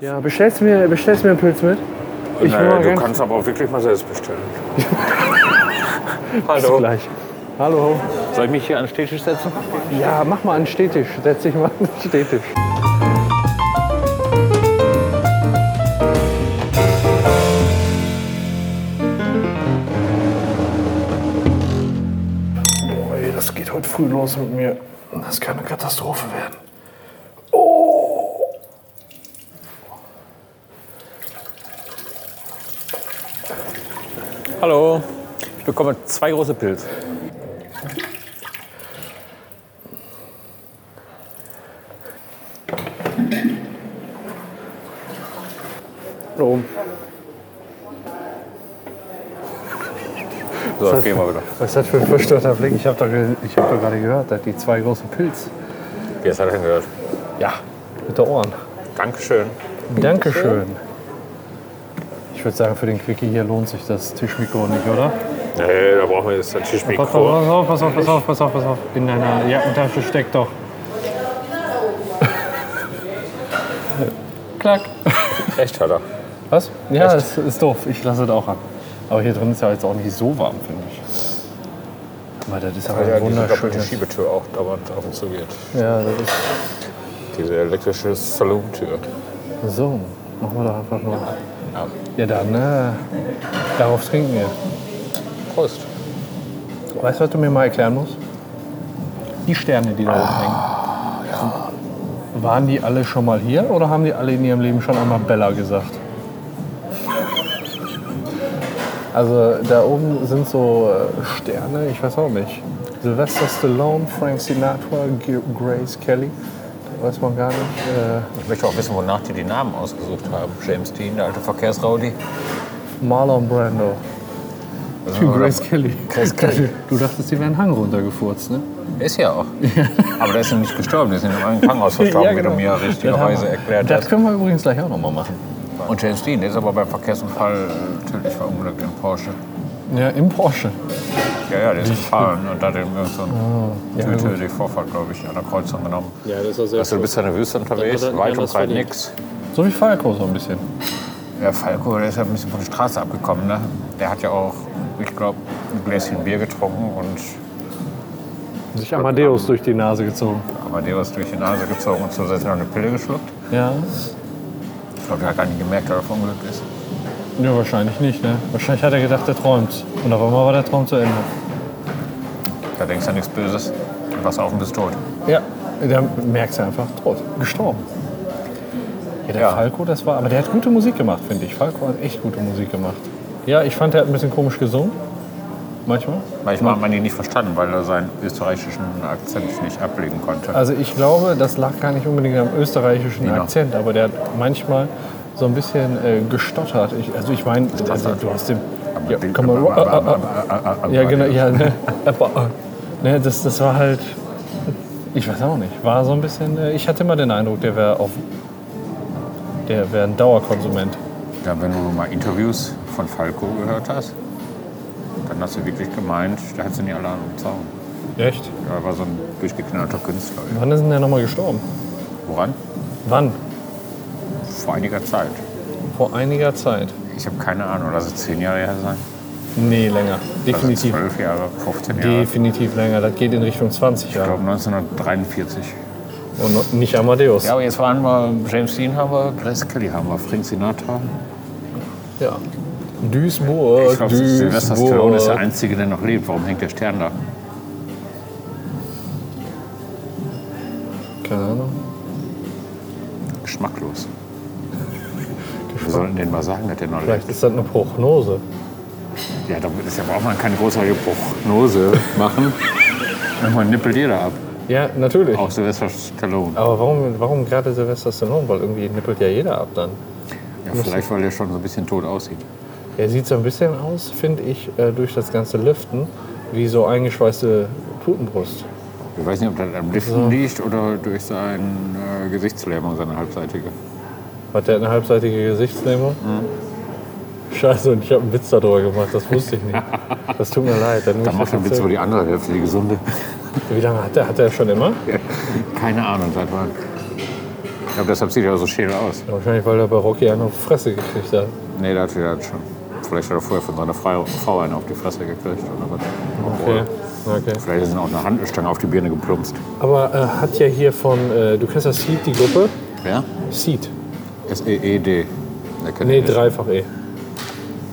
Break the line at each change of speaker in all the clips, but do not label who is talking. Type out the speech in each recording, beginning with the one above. Ja, bestellst du mir, bestellst du mir einen Pilz mit? Ich will
Naja,
mal
du
ganz
kannst aber auch wirklich mal selbst bestellen. Hallo.
gleich. Hallo.
Soll ich mich hier an den Stehtisch setzen?
Ja, mach mal einen Stehtisch. Setz dich mal an den Stehtisch. Boah, ey, das geht heute früh los mit mir. Das kann eine Katastrophe werden.
Hallo. Ich bekomme zwei große Pilze.
Oh,
So, jetzt gehen wir wieder.
was ist das für ein verstörter Blick? Ich habe doch, ge- ich hab doch gerade gehört, dass die zwei großen Pilz.
Jetzt hat er gehört.
Ja, mit der Ohren.
Dankeschön.
Dankeschön. Ich würde sagen, für den Quickie hier lohnt sich das Tischmikro nicht, oder?
Nee, da brauchen wir jetzt ein
Pass
Tischmikro.
auf, pass auf, pass auf, pass auf, pass auf. In deiner Jackentasche steckt doch. Klack.
Echt hat er.
Was? Ja, das ist doof. Ich lasse das auch an. Aber hier drin ist ja jetzt auch nicht so warm, finde ich. Aber das ist aber
Ja,
ein
die sind kaputt, die
wunderschönes.
Schiebetür auch dauernd auf und zu geht.
Ja, das ist.
Diese elektrische Salontür.
So, machen wir doch einfach nur.
Ja.
Ja, dann, äh, darauf trinken wir.
Prost.
Weißt du, was du mir mal erklären musst? Die Sterne, die da oben hängen. Waren die alle schon mal hier oder haben die alle in ihrem Leben schon einmal Bella gesagt? Also da oben sind so äh, Sterne, ich weiß auch nicht. Sylvester Stallone, Frank Sinatra, G Grace Kelly. Weiß man gar nicht. Äh,
Ich möchte auch wissen, wonach die die Namen ausgesucht haben. James Dean, der alte Verkehrsraudi.
Marlon Brando.
Also,
Für Grace Kelly.
Grace Kelly.
Du dachtest, die wären Hang runtergefurzt, ne?
Ist ja auch. Aber der ist ja nicht gestorben, der ist in einem Krankenhaus verstorben,
Ja, genau.
wie du mir richtigerweise erklärt
Das
hast.
können wir übrigens gleich auch nochmal machen.
Und James Dean, der ist aber beim Verkehrsunfall äh, tödlich verunglückt in Porsche.
Ja, im Porsche.
Ja, ja, der ist gefallen und da hat er irgendwie so einen
Ah, ja,
tödlich
gut.
tödlichen Vorfall, glaube ich, an der Kreuzung genommen.
Ja, das war sehr
Also du
schön.
bist ja in der Wüste unterwegs,
Dann hat er-
weit
dann
und
hat's
breit
verdient.
nix.
So wie Falco so ein bisschen.
Ja, Falco, der ist ja ein bisschen von der Straße abgekommen, ne? Der hat ja auch, ich glaube, ein Gläschen Bier getrunken und
Sich Amadeus durch die Nase gezogen.
Amadeus durch die Nase gezogen und zusätzlich noch eine Pille geschluckt.
Ja?
Ich glaube, der hat gar nicht gemerkt, dass er verunglückt ist.
Ja, wahrscheinlich nicht, ne? Wahrscheinlich hat er gedacht, er träumt. Und auf einmal war der Traum zu Ende.
Da denkst du an nichts Böses, du wachst auf und bist tot.
Ja. Dann merkst du einfach, tot, gestorben. Ja, der
Ja.
Falco, das war. Aber der hat gute Musik gemacht, finde ich. Falco hat echt gute Musik gemacht. Ja, ich fand, der hat ein bisschen komisch gesungen. Manchmal.
Manchmal hat man ihn nicht verstanden, weil er seinen österreichischen Akzent nicht ablegen konnte.
Also ich glaube, das lag gar nicht unbedingt am österreichischen Akzent, aber der hat manchmal so ein bisschen äh, gestottert. Ich, also ich meine, also, du hast den... Ja, komm mal, äh, äh, äh, ja genau, ja, ne, aber, äh, ne, das, das war halt, ich weiß auch nicht, war so ein bisschen, äh, ich hatte immer den Eindruck, der wäre auf, der wäre ein Dauerkonsument.
Ja, wenn du mal Interviews von Falco gehört hast, dann hast du wirklich gemeint, da hat sie nicht alle an dem Zaun.
Echt?
Er war so ein durchgeknallter Künstler.
Wann ist denn der nochmal gestorben?
Woran?
Wann?
Vor einiger Zeit.
Vor einiger Zeit.
Ich habe keine Ahnung, lass es zehn Jahre her sein.
Nee, länger.
Lass es
Definitiv.
zwölf Jahre, 15 Jahre. Ich
Definitiv länger. Das geht in Richtung 20 Jahre.
glaube 1943.
Und noch nicht Amadeus.
Ja, aber jetzt waren wir James Dean haben wir, Grace Kelly haben wir, Frank Sinatra.
Ja. Duisburg,
Ich glaube, Sylvester Stallone ist der Einzige, der noch lebt. Warum hängt der Stern da?
Keine Ahnung.
Geschmacklos. Wir sollten denen mal sagen, dass der noch lebt.
Vielleicht ist das eine Prognose.
Ja, da ist ja- braucht man keine großartige Prognose machen. Irgendwann nippelt jeder ab.
Ja, natürlich.
Auch Sylvester Stallone.
Aber warum, warum gerade Silvester Stallone? Weil irgendwie nippelt ja jeder ab dann.
Ja, vielleicht, weil er schon so ein bisschen tot aussieht.
Er sieht so ein bisschen aus, finde ich, äh, durch das ganze Lüften, wie so eingeschweißte Putenbrust.
Ich weiß nicht, ob das am Liften liegt oder durch seine äh, Gesichtslähmung, seine halbseitige.
Hat der eine halbseitige Gesichtslähmung? Scheiße, und ich habe einen Witz darüber gemacht, das wusste ich nicht. Das tut mir leid. Dann muss
Da
ich
macht
das
er Witz
erzählen.
über die andere Hälfte, die gesunde.
Wie lange hat er? Hat er schon immer?
Keine Ahnung, seit wann. glaube, deshalb sieht er so schön aus.
Ja, wahrscheinlich, weil er bei Rocky einen auf die Fresse gekriegt hat.
Nee, da hat er das schon. Vielleicht hat er vorher von seiner Frau Frau einen auf die Fresse gekriegt oder was.
Okay.
Oder
okay.
vielleicht ist ihm auch eine Handstange auf die Birne geplumpst.
Aber äh, hat ja hier von, äh, du kennst ja Seed, die Gruppe?
Ja?
Seed.
S-E-E-D. E Der kennt
Nee,
ihn nicht.
dreifach E.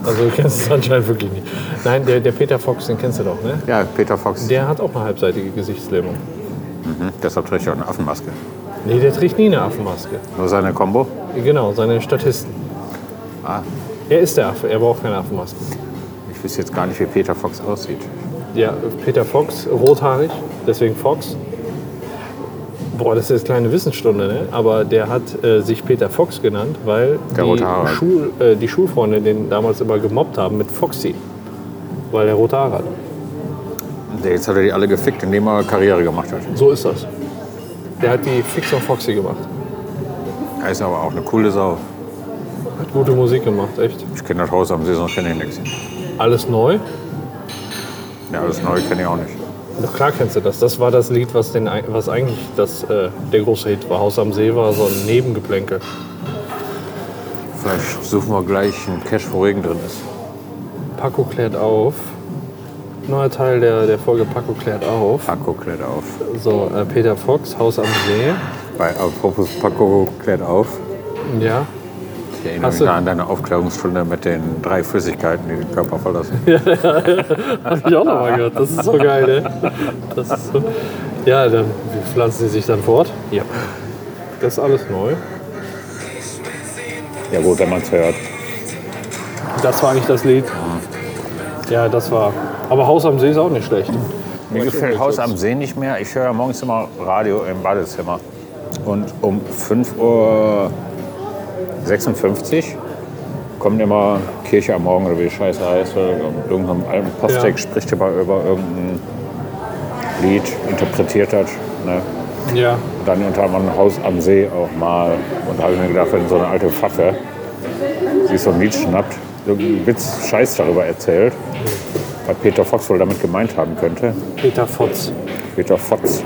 Also du kennst es anscheinend wirklich nicht. Nein, der, der Peter Fox, den kennst du doch, ne?
Ja, Peter Fox.
Der hat auch eine halbseitige Gesichtslähmung.
Mhm. Deshalb trägt er auch eine Affenmaske.
Nee, der trägt nie eine Affenmaske.
Nur seine Combo.
Genau, seine Statisten.
Ah,
Er ist der Affe, er braucht keine Affenmaske.
ich wüsste jetzt gar nicht, wie Peter Fox aussieht.
Ja, Peter Fox, rothaarig, deswegen Fox. Boah, das ist jetzt kleine Wissensstunde, ne? Aber der hat äh, sich Peter Fox genannt, weil
Der rote Haare
die,
hat.
Schul, äh, die Schulfreunde den damals immer gemobbt haben mit Foxy. Weil er rote Haare hat.
Und Jetzt hat er die alle gefickt, indem er Karriere gemacht hat.
So ist das. Der hat die Fix auf Foxy gemacht.
Er ist aber auch eine coole Sau.
Hat gute Musik gemacht, echt.
Ich kenne das Haus am See, sonst kenne ich nichts.
Alles neu?
Ja, alles neu kenne ich auch nicht.
Na klar kennst du das. Das war das Lied, was, den, eig- was eigentlich das, äh, der große Hit war. Haus am See war so ein Nebengeplänkel.
Vielleicht suchen wir gleich einen Cash, wo Regen drin ist.
Paco klärt auf. Neuer Teil der, der Folge Paco klärt auf.
Paco klärt auf.
So, äh, Peter Fox, Haus am See.
Bei Apropos Paco klärt auf.
Ja.
Ich erinnere
Hast
mich
du-
da an deine Aufklärungsstunde mit den drei Flüssigkeiten, die den Körper verlassen.
Hab ich auch noch mal gehört. Das ist so geil, ne? Das ist so. Ja, dann wie pflanzen sie sich dann fort. Ja. Das ist alles neu.
Ja gut, wenn man es hört.
Das war eigentlich das Lied. Ja, das war. Aber Haus am See ist auch nicht schlecht.
Mir gefällt Haus am See nicht mehr. Ich höre morgens immer Radio im Badezimmer. Und um 5.56 Uhr kommt immer Kirche am Morgen oder wie die Scheiße heißt. Oder irgendein Alben. Postek
Ja.
spricht immer über irgendein Lied, interpretiert das. Ne?
Ja.
Und Dann unter anderem Haus am See auch mal. Und da habe ich mir gedacht, wenn so eine alte Pfaffe sich so ein Lied schnappt, irgendeinen Witz Scheiß darüber erzählt, was Peter Fox wohl damit gemeint haben könnte,
Peter Fotz.
Peter Fotz.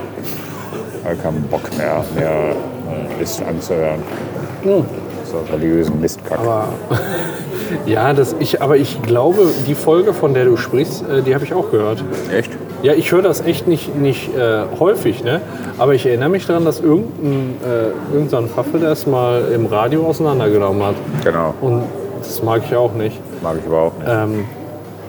Er hat keinen Bock mehr, mehr äh, List anzuhören. So religiösen Mistkack.
Aber ja, das ich, aber ich glaube, die Folge, von der du sprichst, äh, die habe ich auch gehört.
Echt?
Ja, ich höre das echt nicht, nicht äh, häufig, ne? Aber ich erinnere mich daran, dass irgendein, äh, irgendein Pfaffe das mal im Radio auseinandergenommen hat.
Genau,
Und das mag ich auch nicht.
mag ich überhaupt nicht.
Ähm,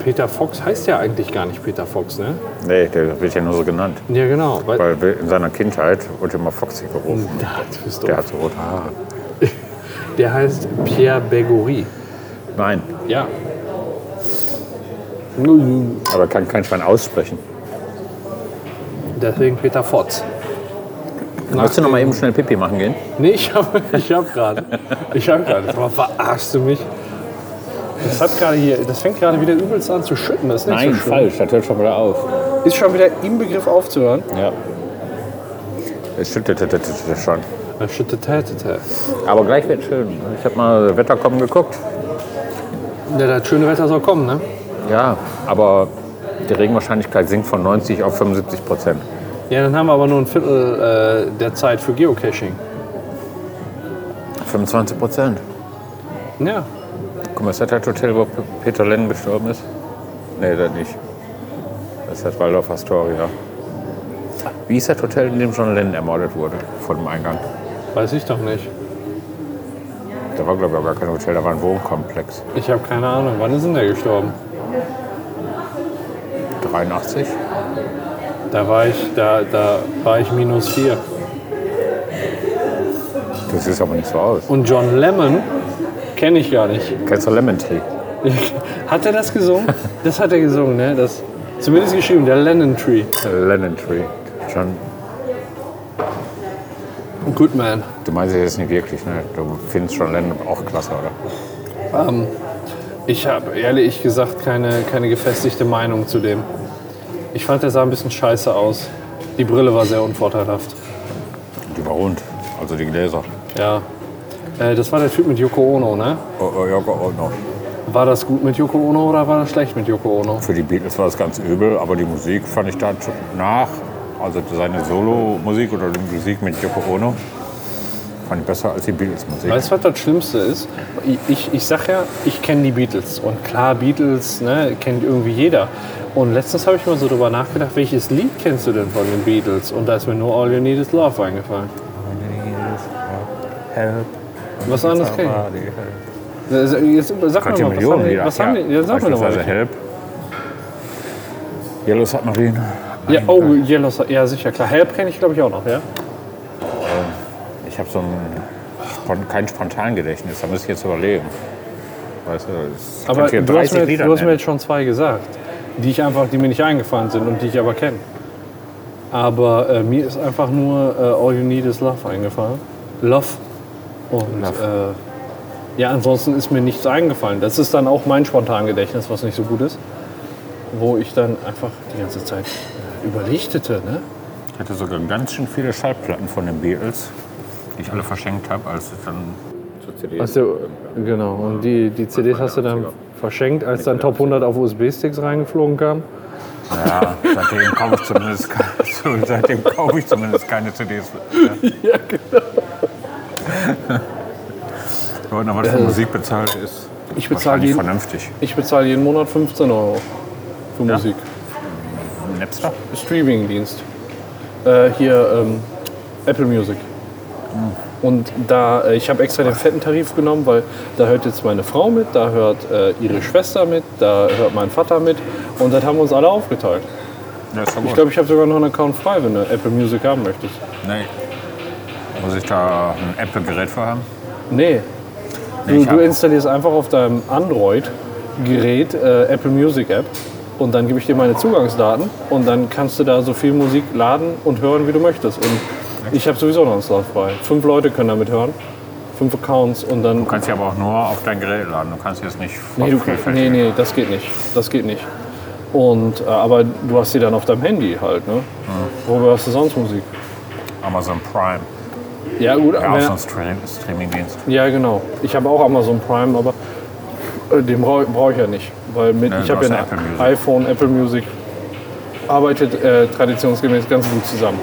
Peter Fox heißt ja eigentlich gar nicht Peter Fox, ne?
Nee, der wird ja nur so genannt.
Ja, genau. Weil,
Weil in seiner Kindheit wurde immer Foxy gerufen.
da, du bist
Der
doof.
hat so rote Haare.
Der heißt Pierre Bergouri.
Nein,
Ja.
aber kann kein Schwein aussprechen.
Deswegen Peter Fotz.
Willst du noch mal eben schnell Pipi machen gehen?
Nee, ich habe ich hab gerade. Ich habe gerade. Aber verarschst du mich? Das, hat gerade hier, das fängt gerade wieder übelst an zu schütten. Das ist nicht so schön.
das hört schon wieder auf.
Ist schon wieder im Begriff aufzuhören.
Ja. Es schüttet das- das- das schon.
Er schüttet, tä, tä, tä.
Aber gleich wird schön. Ich habe mal Wetterkommen geguckt.
Ja, das schöne Wetter soll kommen, ne?
Ja, aber die Regenwahrscheinlichkeit sinkt von 90 auf 75 Prozent.
Ja, dann haben wir aber nur ein Viertel äh, der Zeit für Geocaching.
25 Prozent.
Ja.
Guck mal, ist das das Hotel, wo P- Peter Lenn gestorben ist? Nee, das nicht. Das ist das Waldorf Astoria. Wie ist das Hotel, in dem John Lennon ermordet wurde, vor dem Eingang?
Weiß ich doch nicht.
Da war, glaube ich, auch gar kein Hotel, da war ein Wohnkomplex.
Ich habe keine Ahnung. Wann ist denn der gestorben?
83?
Da war ich, da, da war ich minus vier.
Du siehst aber nicht so aus.
Und John Lemon kenne ich gar nicht.
Kennst du Lemon Tree?
Hat er das gesungen? Das hat er gesungen, ne? Das, zumindest geschrieben, der Lennon Tree.
Lennon Tree. John,
Good man.
du meinst es jetzt nicht wirklich, ne? Du findest John Lennon auch klasse, oder?
Ich habe ehrlich gesagt keine, keine gefestigte Meinung zu dem. Ich fand, der sah ein bisschen scheiße aus. Die Brille war sehr unvorteilhaft.
Die war rund, also die Gläser.
Ja. Äh, das war der Typ mit Yoko Ono, ne?
Oh, oh, ja, oh, noch.
War das gut mit Yoko Ono oder war das schlecht mit Yoko Ono?
Für die Beatles war das ganz übel, aber die Musik fand ich dann nach, also seine Solo-Musik oder die Musik mit Yoko Ono, Fand ich besser als die Beatles-Musik.
Weißt du, was das Schlimmste ist? Ich, ich, ich sag ja, ich kenne die Beatles. Und klar, Beatles ne, kennt irgendwie jeder. Und letztens habe ich mal so drüber nachgedacht, welches Lied kennst du denn von den Beatles? Und da ist mir nur All You Need Is Love eingefallen. Was anderes kenn ich. Also, Jetzt, sag mir
Hat die
mal, was haben,
Millionen
die-
wieder.
was haben die, ja, sag mir doch
Beispielsweise
mal.
Help. Yellow Submarine.
Ja, oh, Yellow, Sun- ja sicher, klar. Help kenne ich glaube ich auch noch, ja?
Ich habe so ein, spon- kein spontan Gedächtnis, da muss ich jetzt überlegen. Weißt du, ich
Aber
könnte hier
du hast,
30
mir jetzt,
Lieder
du hast mir
nennen.
jetzt schon zwei gesagt, die ich einfach, die mir nicht eingefallen sind und die ich aber kenne. Aber äh, mir ist einfach nur äh, All You Need Is Love eingefallen. Love. Und Äh, ja, ansonsten ist mir nichts eingefallen. Das ist dann auch mein spontan Gedächtnis, was nicht so gut ist. Wo ich dann einfach die ganze Zeit äh, überlichtete. Ne?
Ich hatte sogar ganz schön viele Schallplatten von den Beatles, die ich alle verschenkt habe, als es dann zur CD
Also, genau. Und die, die CDs hast du dann verschenkt, als dann Top 100 auf USB-Sticks reingeflogen kam.
Ja, seitdem kaufe ich zumindest keine, seitdem kaufe ich zumindest keine CDs.
Ja, genau.
Wenn aber was für Musik bezahlt ist,
Äh, Ich bezahle
wahrscheinlich
jeden,
vernünftig.
Ich bezahle jeden Monat 15 Euro für Musik.
Napster?
Streaming-Dienst. Äh, hier ähm, Apple Music. Und da, äh, ich habe extra den fetten Tarif genommen, weil da hört jetzt meine Frau mit, da hört äh, ihre Schwester mit, da hört mein Vater mit. Und das haben wir uns alle aufgeteilt.
Ja, ist doch
Ich
gut.
glaube, ich habe sogar noch einen Account frei, wenn du Apple Music haben möchtest.
nee. Muss ich da ein Apple-Gerät für haben?
Nee.
ich
Du, du
hab-
installierst einfach auf deinem Android-Gerät äh, Apple Music App und dann gebe ich dir meine Zugangsdaten und dann kannst du da so viel Musik laden und hören, wie du möchtest. Und ich habe sowieso noch einen Slot frei. Fünf Leute können damit hören, fünf Accounts und dann.
Du kannst sie aber auch nur auf dein Gerät laden. Du kannst jetzt nicht
Nee, du,
vielfältig-
nee, nee, das geht nicht. Das geht nicht. Und, äh, aber du hast sie dann auf deinem Handy halt, ne? Worüber hast du sonst Musik?
Amazon Prime.
Ja, gut,
Ja, auch
wenn-
so ein Stream Streamingdienst.
Ja, genau. Ich habe auch Amazon Prime, aber äh, den brauche brauch ich ja nicht. Weil mit,
Ja,
ich
du
habe ja
hast
ein
Apple Music.
iPhone, Apple Music arbeitet äh, traditionsgemäß ganz gut zusammen.